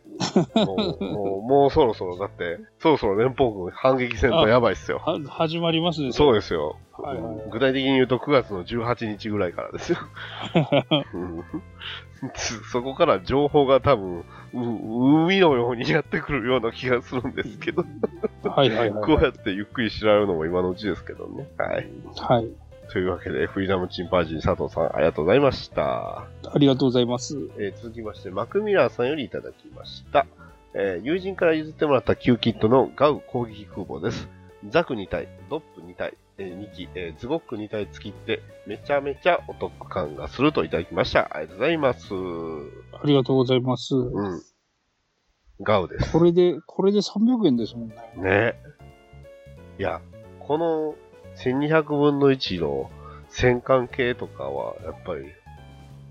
Speaker 2: もう、もう、もうそろそろ、だって、そろそろ連邦軍反撃戦闘やばいっすよ。
Speaker 3: は始まりますね。
Speaker 2: そうですよ、
Speaker 3: はいはいはい
Speaker 2: 具体的に言うと9月の18日ぐらいからですよ。うんそこから情報が多分、う海のようにやってくるような気がするんですけど、
Speaker 3: はいはいはい
Speaker 2: こうやってゆっくり調べるのも今のうちですけどね。はい。
Speaker 3: はい。
Speaker 2: というわけで、フリーダムチンパンジー佐藤さん、ありがとうございました。
Speaker 3: ありがとうございます。
Speaker 2: えー続きまして、マクミラーさんよりいただきました。えー友人から譲ってもらった旧キットのガウ攻撃空母です。ザク2体、ドップ2体、え2機、えーズゴック2体付きって、めちゃめちゃお得感がするといただきました。ありがとうございます。う
Speaker 3: ありがとうございます。
Speaker 2: ん。ガウです。
Speaker 3: これで、これで300円ですもんね。
Speaker 2: ね。いや、この1200分の1の戦艦系とかは、やっぱり、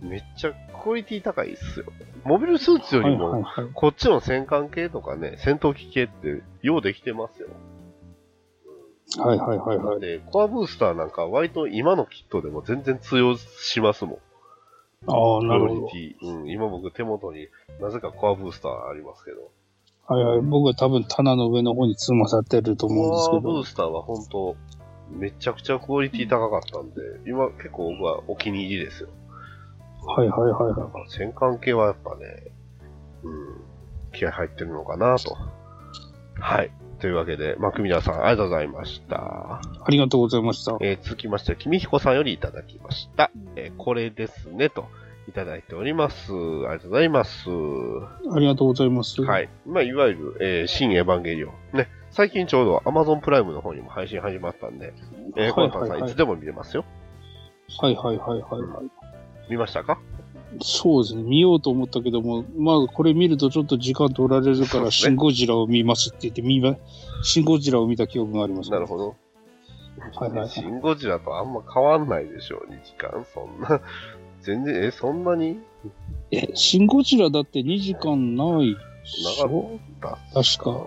Speaker 2: めっちゃクオリティ高いっすよ。モビルスーツよ
Speaker 3: はい
Speaker 2: り
Speaker 3: は
Speaker 2: も
Speaker 3: いはい。
Speaker 2: こっちの戦艦系とかね、戦闘機系って、ようできてますよ。
Speaker 3: はいはいはいは
Speaker 2: で、コアブースターなんか、割と今のキットでも全然通用しますもん。
Speaker 3: い。ああ、なるほ
Speaker 2: ク
Speaker 3: ど
Speaker 2: オ。リティ。うん、今僕手元になぜかコアブースターありますけど。
Speaker 3: はいはい。僕は多分棚の上の方に積まさってると思うんです
Speaker 2: コア
Speaker 3: け
Speaker 2: ブ
Speaker 3: ど
Speaker 2: ー。スターは本当めちゃくちゃクオリティ高かったんで、今結構僕はお気に入りですよ。
Speaker 3: はいはいはい
Speaker 2: だ
Speaker 3: は
Speaker 2: から戦艦系はやっぱね、うん、気合入ってるのかなと。はい。というわけで、マクミラーさん、ありがとうございました。
Speaker 3: い。ありがとうございました。
Speaker 2: えー続きまして、君彦さんよりいただきました。えーこれですね、といただいております。ありがとうございます。は
Speaker 3: ありがとうございます。はい。
Speaker 2: い。まあ、いわゆる、えー新エヴァンゲリオン。ね。最近ちょうど Amazon プライムの方にも配信始まったんで、えー、コ
Speaker 3: はい
Speaker 2: ナタンさ
Speaker 3: はい
Speaker 2: ん
Speaker 3: はい
Speaker 2: いつでも見れますよ。
Speaker 3: はいはいはいはい。
Speaker 2: 見ましたか
Speaker 3: そうですね。見ようと思ったけども、まあこれ見るとちょっと時間取られる
Speaker 2: そう
Speaker 3: か
Speaker 2: で
Speaker 3: ら、
Speaker 2: すね
Speaker 3: シンゴジラを見ますって言って、見ま、シンゴジラを見た記憶があります。
Speaker 2: なるほど。
Speaker 3: はいはい
Speaker 2: シン・ゴジラとあんま変わんないでしょう、2時間。そんな。 <laughs> 全然、え、そんなに
Speaker 3: え、シン・ゴジラだって2時間ないでし
Speaker 2: 長
Speaker 3: ょ
Speaker 2: かっ
Speaker 3: 確か。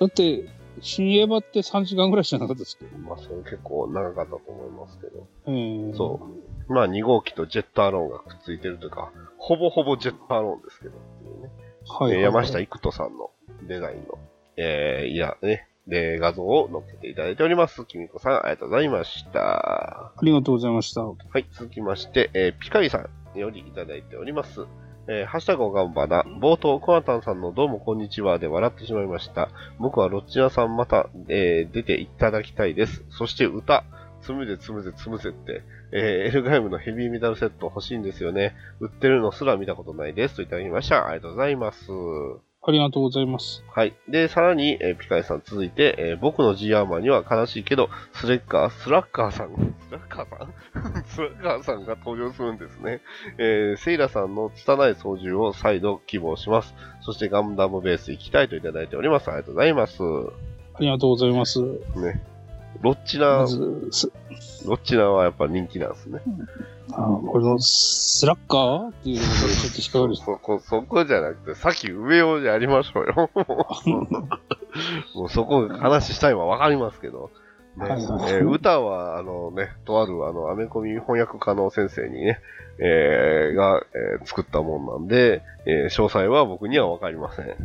Speaker 3: だって、新エヴァって3時間ぐらいじゃなかったですけど。
Speaker 2: た。まあ、それ結構長かったと思いますけど。
Speaker 3: えー、
Speaker 2: そう。まあ、2号機とジェットアローンがくっついてるというか、ほぼほぼジェットアローンですけど、ね
Speaker 3: はいは
Speaker 2: え
Speaker 3: い、
Speaker 2: ー山下幾人さんのデザインの、えー、いや、ね、で、画像を載っけていただいております。きみこさん、ありがとうございました。
Speaker 3: ありがとうございました。あ
Speaker 2: はい、続きまして、えーピカリさんよりいただいております。えー、ハッシュタグおがんばな、冒頭、コナタンさんのどうもこんにちはで笑ってしまいました。僕はロッチナさんまた、えー出ていただきたいです。そして歌、詰めて詰めて詰めてって、えーエルガイムのヘビーメタルセット欲しいんですよね。売ってるのすら見たことないです。といただきました。ありがとうございます。
Speaker 3: ありがとうございます。
Speaker 2: はい。で、さらに、えーピカイさん続いて、えー僕の G アーマーには悲しいけど、スレッカー、スラッカーさん、スラッカーさん <laughs> スラッカーさんが登場するんですね。えーセイラさんの拙い操縦を再度希望します。そしてガンダムベース行きたいといただいております。ありがとうございます。
Speaker 3: ありがとうございます。
Speaker 2: ね。ロッチナ
Speaker 3: ま
Speaker 2: ー、
Speaker 3: ず、す
Speaker 2: ロッチナーはやっぱ人気なんですね。
Speaker 3: あこれのスラッカーっていうのがちょっと引っかかる。
Speaker 2: そこ、そこじゃなくて、さっき上をやりましょうよ。もう <laughs> そこ話したいのはわかりますけど。ね
Speaker 3: はいはい
Speaker 2: えー歌は、あのね、とある、あの、アメコミ翻訳家の先生にね、えーが、えー作ったもんなんで、えー詳細は僕にはわかりません。はい。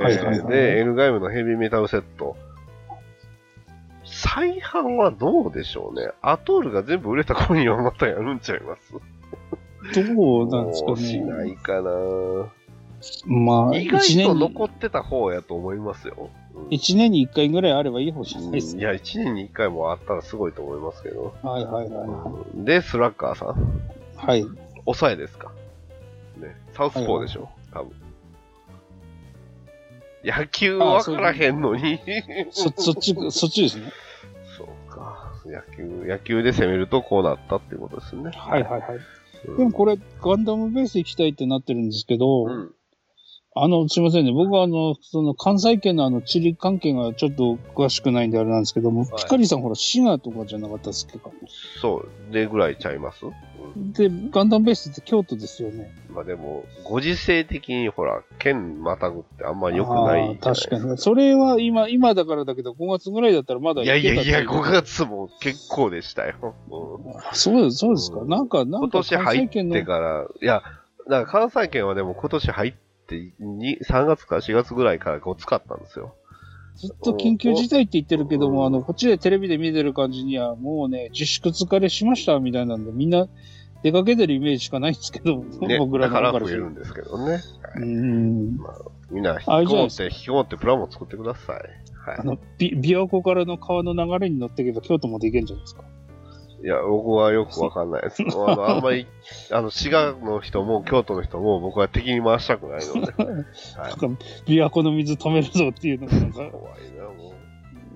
Speaker 3: はいはいはい
Speaker 2: えーで、エルガイムのヘビーメタルセット。再販はどうでしょうね。アトールが全部売れた頃にはまたやるんちゃいます
Speaker 3: どうなんです
Speaker 2: も
Speaker 3: か
Speaker 2: うしな
Speaker 3: ね。
Speaker 2: いかな
Speaker 3: まあ、
Speaker 2: 意
Speaker 3: 一
Speaker 2: 外
Speaker 3: 年
Speaker 2: と
Speaker 3: に
Speaker 2: 残ってた方やと思いますよ。うん
Speaker 3: 一年に一回ぐらいあればいい方じゃないです
Speaker 2: い
Speaker 3: か。
Speaker 2: や、1年に1回もあったらすごいと思いますけど。
Speaker 3: はいはいは
Speaker 2: で、スラッガーさん、
Speaker 3: い。はい。
Speaker 2: 抑えですか。ね、サウスポーでしょ、多分。野球わからへんのに。
Speaker 3: そ、そっち、そっちですね。
Speaker 2: <laughs> そうか。野球、野球で攻めるとこうなったってことですね。
Speaker 3: はいはいはい。
Speaker 2: うん
Speaker 3: でもこれ、ガンダムベース行きたいってなってるんですけど、
Speaker 2: うん。
Speaker 3: あの、すいませんね。僕はあの、その関西圏のあの、地理関係がちょっと詳しくないんであれなんですけども、
Speaker 2: はい
Speaker 3: ピカリさんほら、滋賀とかじゃなかったっすっけか。
Speaker 2: そう、でぐらいちゃいます、うん
Speaker 3: で、ガンダムベースって京都ですよね。
Speaker 2: まあでも、ご時世的にほら、県またぐってあんまり良くない
Speaker 3: あ
Speaker 2: じゃない
Speaker 3: ー
Speaker 2: です
Speaker 3: 確かに。それは今、今だからだけど、5月ぐらいだったらまだ
Speaker 2: いやいやいや、
Speaker 3: 行けた
Speaker 2: 5
Speaker 3: と思う
Speaker 2: 月も結構でしたよ。うん
Speaker 3: あそうです、そうですか。
Speaker 2: うん
Speaker 3: なんか、なん
Speaker 2: 今
Speaker 3: か、
Speaker 2: 年入
Speaker 3: 関西圏
Speaker 2: って
Speaker 3: の、
Speaker 2: から、いや、だから関西圏はでも今年入ってに3月から4月ぐらいからごつかったんですよ。
Speaker 3: ずっと緊急事態って言ってるけど
Speaker 2: う
Speaker 3: も、
Speaker 2: ん
Speaker 3: あの、こっちでテレビで見てる感じには、もうね、自粛疲れしました、みたいなんで、みんな出かけてるイメージしかないんですけど、
Speaker 2: ね、
Speaker 3: 僕ら
Speaker 2: だ
Speaker 3: の
Speaker 2: から増
Speaker 3: 中で
Speaker 2: え
Speaker 3: す
Speaker 2: るんですけどね。
Speaker 3: うん。
Speaker 2: みんな引き
Speaker 3: あれじ
Speaker 2: こ
Speaker 3: ゃな
Speaker 2: も
Speaker 3: い
Speaker 2: っ
Speaker 3: で
Speaker 2: て、引きこもってプラモ作ってください。
Speaker 3: あ
Speaker 2: は
Speaker 3: の、び琵琶湖からの川の流れに乗っていけば京都まで行けんじゃないですか。
Speaker 2: い。いや、僕はよくわかんない
Speaker 3: <laughs>
Speaker 2: です。あの、あんまり、あの、滋賀の人も京都の人も僕は敵に回したくないの
Speaker 3: <laughs>
Speaker 2: で。はい
Speaker 3: なんか、琵琶湖の水止めるぞっていうのが、なんか、ね
Speaker 2: 怖いな、も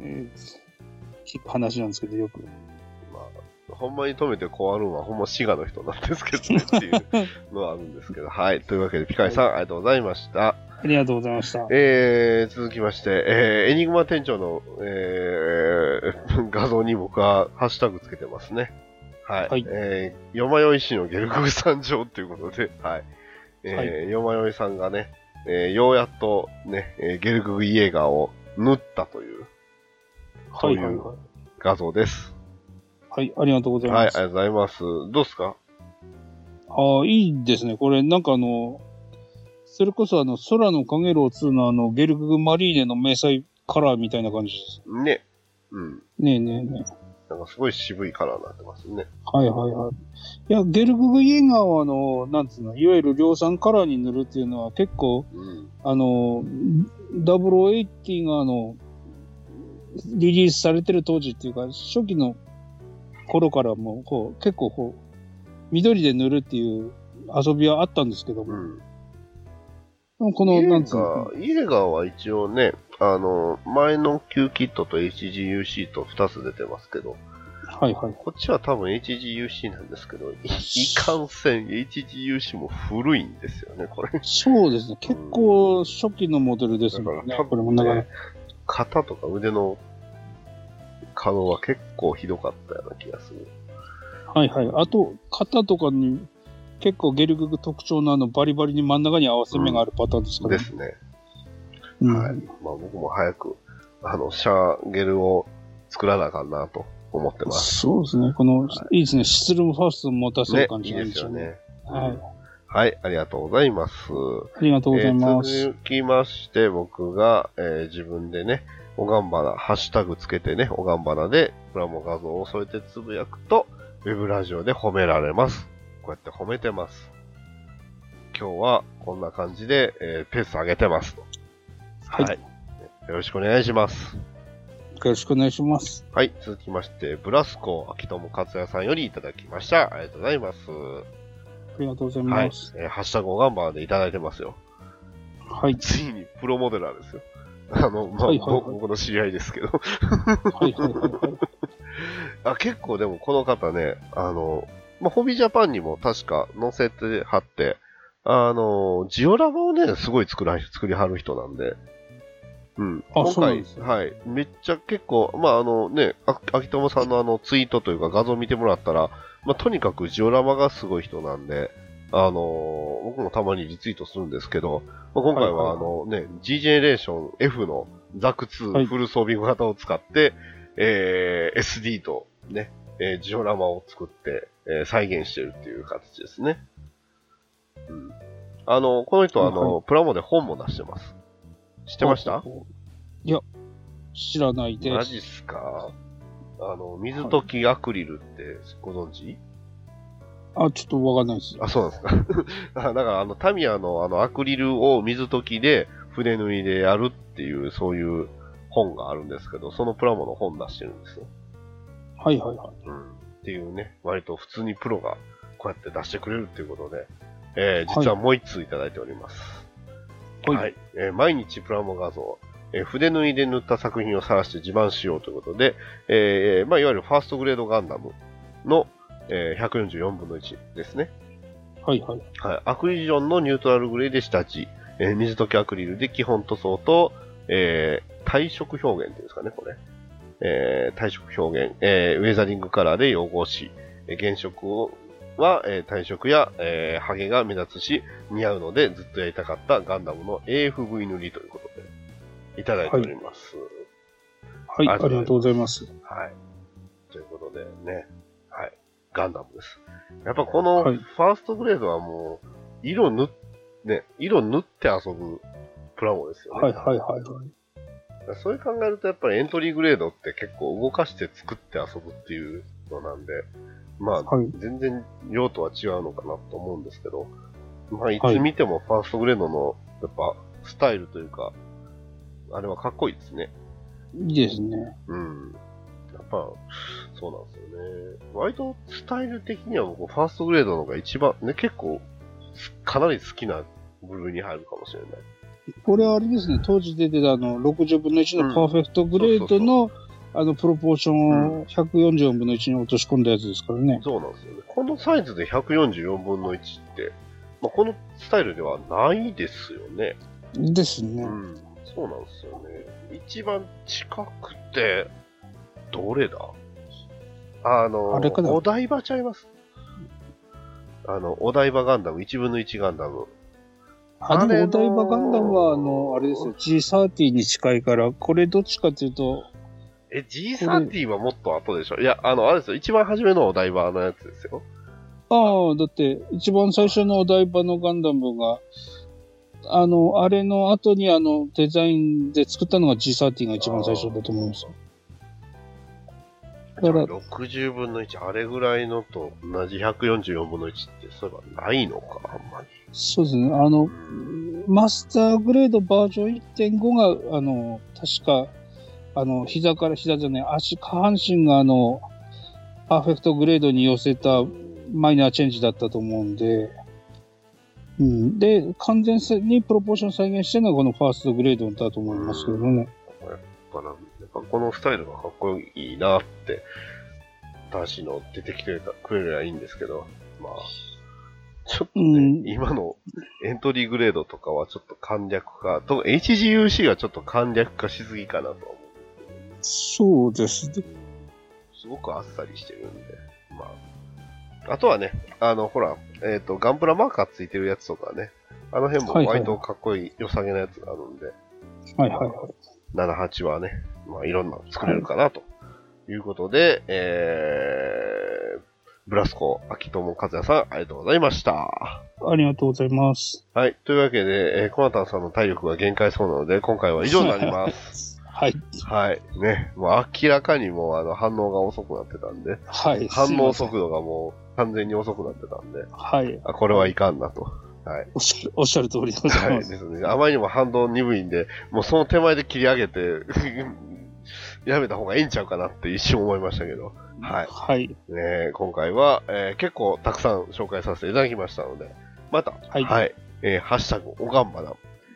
Speaker 2: う。
Speaker 3: 聞く話なんですけど、よく。
Speaker 2: まあ、ほんまに止めて壊るのはほんま滋賀の人なんですけどねって
Speaker 3: <laughs>
Speaker 2: いうのはあるんですけど、はい。というわけで、ピカイさん、ありがとうございました。
Speaker 3: ありがとうございました。
Speaker 2: えー、続きまして、えー、エニグマ店長の、えー、画像に僕はハッシュタグつけてますね。はい。
Speaker 3: はい
Speaker 2: えー、よまよい氏のゲルググ参上ということで、はい。えー
Speaker 3: は
Speaker 2: よまよいさんがね、えー、ようやっとね、えーゲルググイエーガーを縫ったという
Speaker 3: はいはいはい。
Speaker 2: 画像です。
Speaker 3: はい、ありがとうござい
Speaker 2: はい、あり
Speaker 3: ます。
Speaker 2: がとうございます。どうですか
Speaker 3: ああ、いいですね。これ、なんかあの、それこそあの、空のかげろう2のあの、ゲルググマリーネの迷彩カラーみたいな感じです。
Speaker 2: ね。うん。
Speaker 3: ねえねえねえ。
Speaker 2: なんかすごい渋いカラーになってますね。
Speaker 3: はいはいはい。いや、ゲルググイエガーはあの、なんつうの、いわゆる量産カラーに塗るっていうのは結構、
Speaker 2: うん。
Speaker 3: あの、0080があの、リリースされてる当時っていうか、初期の頃からもう、こう、結構こう、緑で塗るっていう遊びはあったんですけど
Speaker 2: う
Speaker 3: も、
Speaker 2: ん。
Speaker 3: こ
Speaker 2: イ
Speaker 3: の、
Speaker 2: レ
Speaker 3: な
Speaker 2: ガ
Speaker 3: んつうの、
Speaker 2: ー、イレガーは一応ね、あの、前の Q キットと HGUC と2つ出てますけど、
Speaker 3: はいはい。
Speaker 2: こっちは多分 HGUC なんですけど、いいかんせん HGUC も古いんですよね、これ。
Speaker 3: そうですね。結構初期のモデルですもんね
Speaker 2: だから。
Speaker 3: これもなかな
Speaker 2: ね
Speaker 3: か。
Speaker 2: 肩とか腕の可能は結構ひどかったような気がする。
Speaker 3: はいはい。あと、肩とかに結構ゲルググ特徴のあのバリバリに真ん中に合わせ目があるパターンですか
Speaker 2: で
Speaker 3: らね。
Speaker 2: すね。
Speaker 3: うん
Speaker 2: はい。まあ僕も早く、あの、シャーゲルを作らなあかんなと思ってます。
Speaker 3: そうですね。この、い、いですね。シスルムファーストを持たせ
Speaker 2: ね
Speaker 3: る感、
Speaker 2: い
Speaker 3: じ
Speaker 2: い
Speaker 3: なん
Speaker 2: で
Speaker 3: ですす
Speaker 2: よ
Speaker 3: よね。
Speaker 2: ね。
Speaker 3: はい。
Speaker 2: はい、ありがとうございます。
Speaker 3: ありがとうございます。
Speaker 2: えー続きまして、僕が、えー自分でね、おがんばな、ハッシュタグつけてね、おがんばなで、プラモ画像を添えてつぶやくと、ウェブラジオで褒められます。こうやって褒めてます。今日はこんな感じで、えーペース上げてます。
Speaker 3: はい
Speaker 2: よろしくお願いします。
Speaker 3: よろしくお願いします。
Speaker 2: はい、続きまして、ブラスコ秋友克也さんよりいただきました。ありがとうございます。
Speaker 3: ありがとうござい
Speaker 2: はい
Speaker 3: ます。、
Speaker 2: えーハッシュタグおがんばーでいただいてますよ。
Speaker 3: はい。
Speaker 2: ついにプロモデラーですよ。あの、まあ、
Speaker 3: はいはいはい
Speaker 2: 僕僕の知り合いですけど。
Speaker 3: はい。はい。はい。
Speaker 2: あ結構でもこの方ね、あの、まあ、ホビージャパンにも確か載せてはって、あの、ジオラマをね、すごい作ら、作りはる人なんで、うん。
Speaker 3: あ
Speaker 2: 今
Speaker 3: そうなん
Speaker 2: 回、
Speaker 3: ですね
Speaker 2: はい。めっちゃ結構、まあ、あのね、あ秋友さんのあのツイートというか画像見てもらったら、まあ、とにかくジオラマがすごい人なんで、あの僕もたまにリツイートするんですけど、まあ、今回はあ
Speaker 3: はい
Speaker 2: のね、G ジェネレーション F のザク
Speaker 3: は
Speaker 2: 2
Speaker 3: い
Speaker 2: フル装備型を使って、えー SD とね、えージオラマを作って、えー再現してるっていう形ですね。うん。あの、この人はあの、プラモで本も出してます。知ってました
Speaker 3: いや、知らないで
Speaker 2: マ
Speaker 3: す。
Speaker 2: ジっすかあの、水溶きアクリルってご存知、
Speaker 3: あ、ちょっとわかんないです。
Speaker 2: あ、そうなんですか。あだから、あ <laughs> の、タミヤのあの、アクリルを水溶きで、筆縫いでやるっていう、そういう本があるんですけど、そのプラモの本出してるんですよ。
Speaker 3: はいはいはい。
Speaker 2: うん。っていうね、割と普通にプロがこうやって出してくれるっていうことで、えー実はもう一通いただいております。
Speaker 3: はい。
Speaker 2: はい、えー毎日プラモ画像、えー筆縫いで塗った作品を晒して自慢しようということで、えーまあ、いわゆるファーストグレードガンダムの、えー144分の1ですね。
Speaker 3: はいはい。
Speaker 2: はい、アクリジョンのニュートラルグレーで下地、えー水溶きアクリルで基本塗装と、えー体色表現っていうんですかね、これ。えー体色表現、えーウェザリングカラーで汚し、えー原色をは、えー体色や、えーハゲが目立つし、似合うのでずっとやりたかったガンダムの AFV 塗りということで、いただいております。
Speaker 3: はい、
Speaker 2: あ
Speaker 3: あ
Speaker 2: りがとうございます
Speaker 3: りがとうございます。
Speaker 2: はい。ということでね、はい。ガンダムです。やっぱこの
Speaker 3: は
Speaker 2: フ
Speaker 3: い
Speaker 2: ァーストグレードはもう、色塗っ、ね、色塗って遊ぶプラモですよね。
Speaker 3: はいはいはいはい。
Speaker 2: そういう考えるとやっぱりエントリーグレードって結構動かして作って遊ぶっていうのなんで、まあ、
Speaker 3: はい
Speaker 2: 全然用途は違うのかなと思うんですけど、まあ、いつ見てもファーストグレードの、やっぱ、スタイルというか、あれはかっこいいですね。
Speaker 3: いいですね。
Speaker 2: うん。やっぱ、そうなんですよね。割とスタイル的には僕、ファーストグレードの方が一番、ね、結構、すかなり好きな部類に入るかもしれない。
Speaker 3: これはあれですね、当時出てたあの、60分の1のパーフェクトグレードの、あの、プロポーションを144分の1に落とし込んだやつですからね。
Speaker 2: そうなんですよね。このサイズで144分の1って、まあ、このスタイルではないですよね。
Speaker 3: ですね
Speaker 2: う。ん。そうなんですよね。一番近くて、どれだあの、
Speaker 3: あれかな
Speaker 2: お台場ちゃいますあの、お台場ガンダム、1分の1ガンダム。
Speaker 3: あ、でも
Speaker 2: あれの
Speaker 3: お台場ガンダムは、あの、あれですよ、G30 に近いから、これどっちかっていうと、
Speaker 2: え、G30 はもっと後でしょいや、あの、あれですよ。一番初めのお台場のやつですよ。
Speaker 3: ああ、だって、一番最初のお台場のガンダムが、あの、あれの後にあの、デザインで作ったのが G30 が一番最初だと思うんですよ。だから、
Speaker 2: 60分の1、あれぐらいのと同じ144分の1って、そういえばないのか、あんまり。
Speaker 3: そうですね、あの、マスターグレードバージョン1.5が、あの、確か、あの、膝から膝じゃない、足、下半身があの、パーフェクトグレードに寄せたマイナーチェンジだったと思うんで、うん、で、完全にプロポーション再現してるのがこのファーストグレードだと思いますけどね。
Speaker 2: だから、やっぱこのスタイルがかっこいいなって、男子の出てきてくれればいいんですけど、まあ、ちょっとね、
Speaker 3: うん
Speaker 2: 今のエントリーグレードとかはちょっと簡略化、と HGUC がちょっと簡略化しすぎかなとは思うんですけど。
Speaker 3: そうですね。
Speaker 2: すごくあっさりしてるんで、まあ。あとはね、あの、ほら、えっ、と、ガンプラマーカーついてるやつとかね、あの辺も
Speaker 3: はいはい
Speaker 2: 割とかっこいい、良さげなやつがあるんで、
Speaker 3: はいはいはい。
Speaker 2: 78はね、まあ、いろんなの作れるかな、ということで、えー、ブラスコ、秋友和也さん、ありがとうございました。
Speaker 3: ありがとうございます。
Speaker 2: はい。というわけで、えー、コナタンさんの体力が限界そうなので、今回は以上になり
Speaker 3: <laughs>
Speaker 2: ます。
Speaker 3: はい。
Speaker 2: はい。ね。もう明らかにもう、あの、反応が遅くなってたんで、
Speaker 3: はい。
Speaker 2: 反応
Speaker 3: すいません
Speaker 2: 速度がもう完全に遅くなってたんで、
Speaker 3: はい。
Speaker 2: あ、これはいかんなと。はい。
Speaker 3: おっしゃるおっしゃる通りでござい
Speaker 2: はい
Speaker 3: ま。
Speaker 2: ですすね。あまりにも反動鈍いんで、もうその手前で切り上げて、 <laughs> やめた方がいいんちゃうかなって一瞬思いましたけど、はい。
Speaker 3: はい。
Speaker 2: ね、今回は、えー結構たくさん紹介させていただきましたので、また、
Speaker 3: はい
Speaker 2: えーハッシュタグ、おがんばな、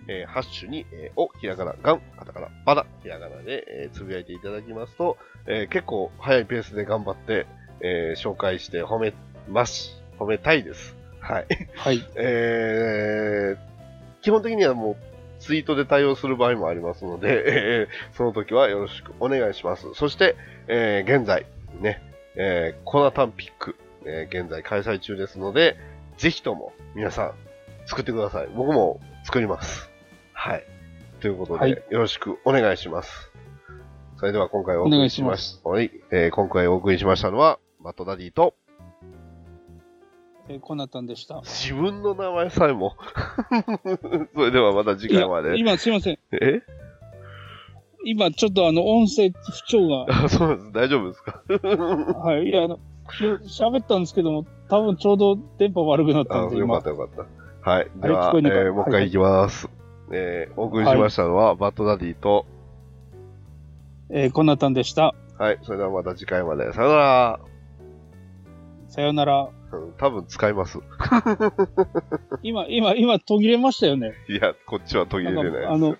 Speaker 2: えーハッシュに、えーお、ひらがな、がん、カタカナ、ばな、ひらがなで、えーつぶやいていただきますと、えー結構早いペースで頑張って、えー紹介して褒めます。褒めたいです。はい。
Speaker 3: はい。
Speaker 2: えー基本的にはもうツイートで対応する場合もありますので、え <laughs> ーその時はよろしくお願いします。そして、えー現在、ね、えーコナタンピック、えー現在開催中ですので、ぜひとも皆さん作ってください。僕も作ります。はい。ということで、
Speaker 3: はい
Speaker 2: よろしくお願いします。それでは今回お
Speaker 3: お
Speaker 2: 送
Speaker 3: 願い
Speaker 2: り
Speaker 3: し
Speaker 2: し
Speaker 3: ま
Speaker 2: ますす。はい、えー今回お送りしましたのは、マットダディと、
Speaker 3: えー、コナタンでした。
Speaker 2: 自分の名前さえも。 <laughs> それではまた次回ま
Speaker 3: いや
Speaker 2: で。
Speaker 3: 今、すいません。
Speaker 2: え <laughs>
Speaker 3: 今、ちょっとあの、音声不
Speaker 2: <laughs>
Speaker 3: 調が。
Speaker 2: あ、そうなんです。大丈夫ですか
Speaker 3: はい。いや、あの、喋ったんですけども、多分ちょうど電波悪くなった
Speaker 2: あ
Speaker 3: んで、
Speaker 2: よか
Speaker 3: 今
Speaker 2: っ。たよかった。はい。では、
Speaker 3: 聞こえなかった
Speaker 2: えーもう一回いきます。えーお送りしましたのは、バッドダディと、
Speaker 3: えー、コナタンでした。
Speaker 2: はい。それではまた次回まで。さよなら。
Speaker 3: さよなら。
Speaker 2: うん多分使います。
Speaker 3: 今、今、今、途切れましたよね。
Speaker 2: いや、こっちは途切れてないです。
Speaker 3: あの、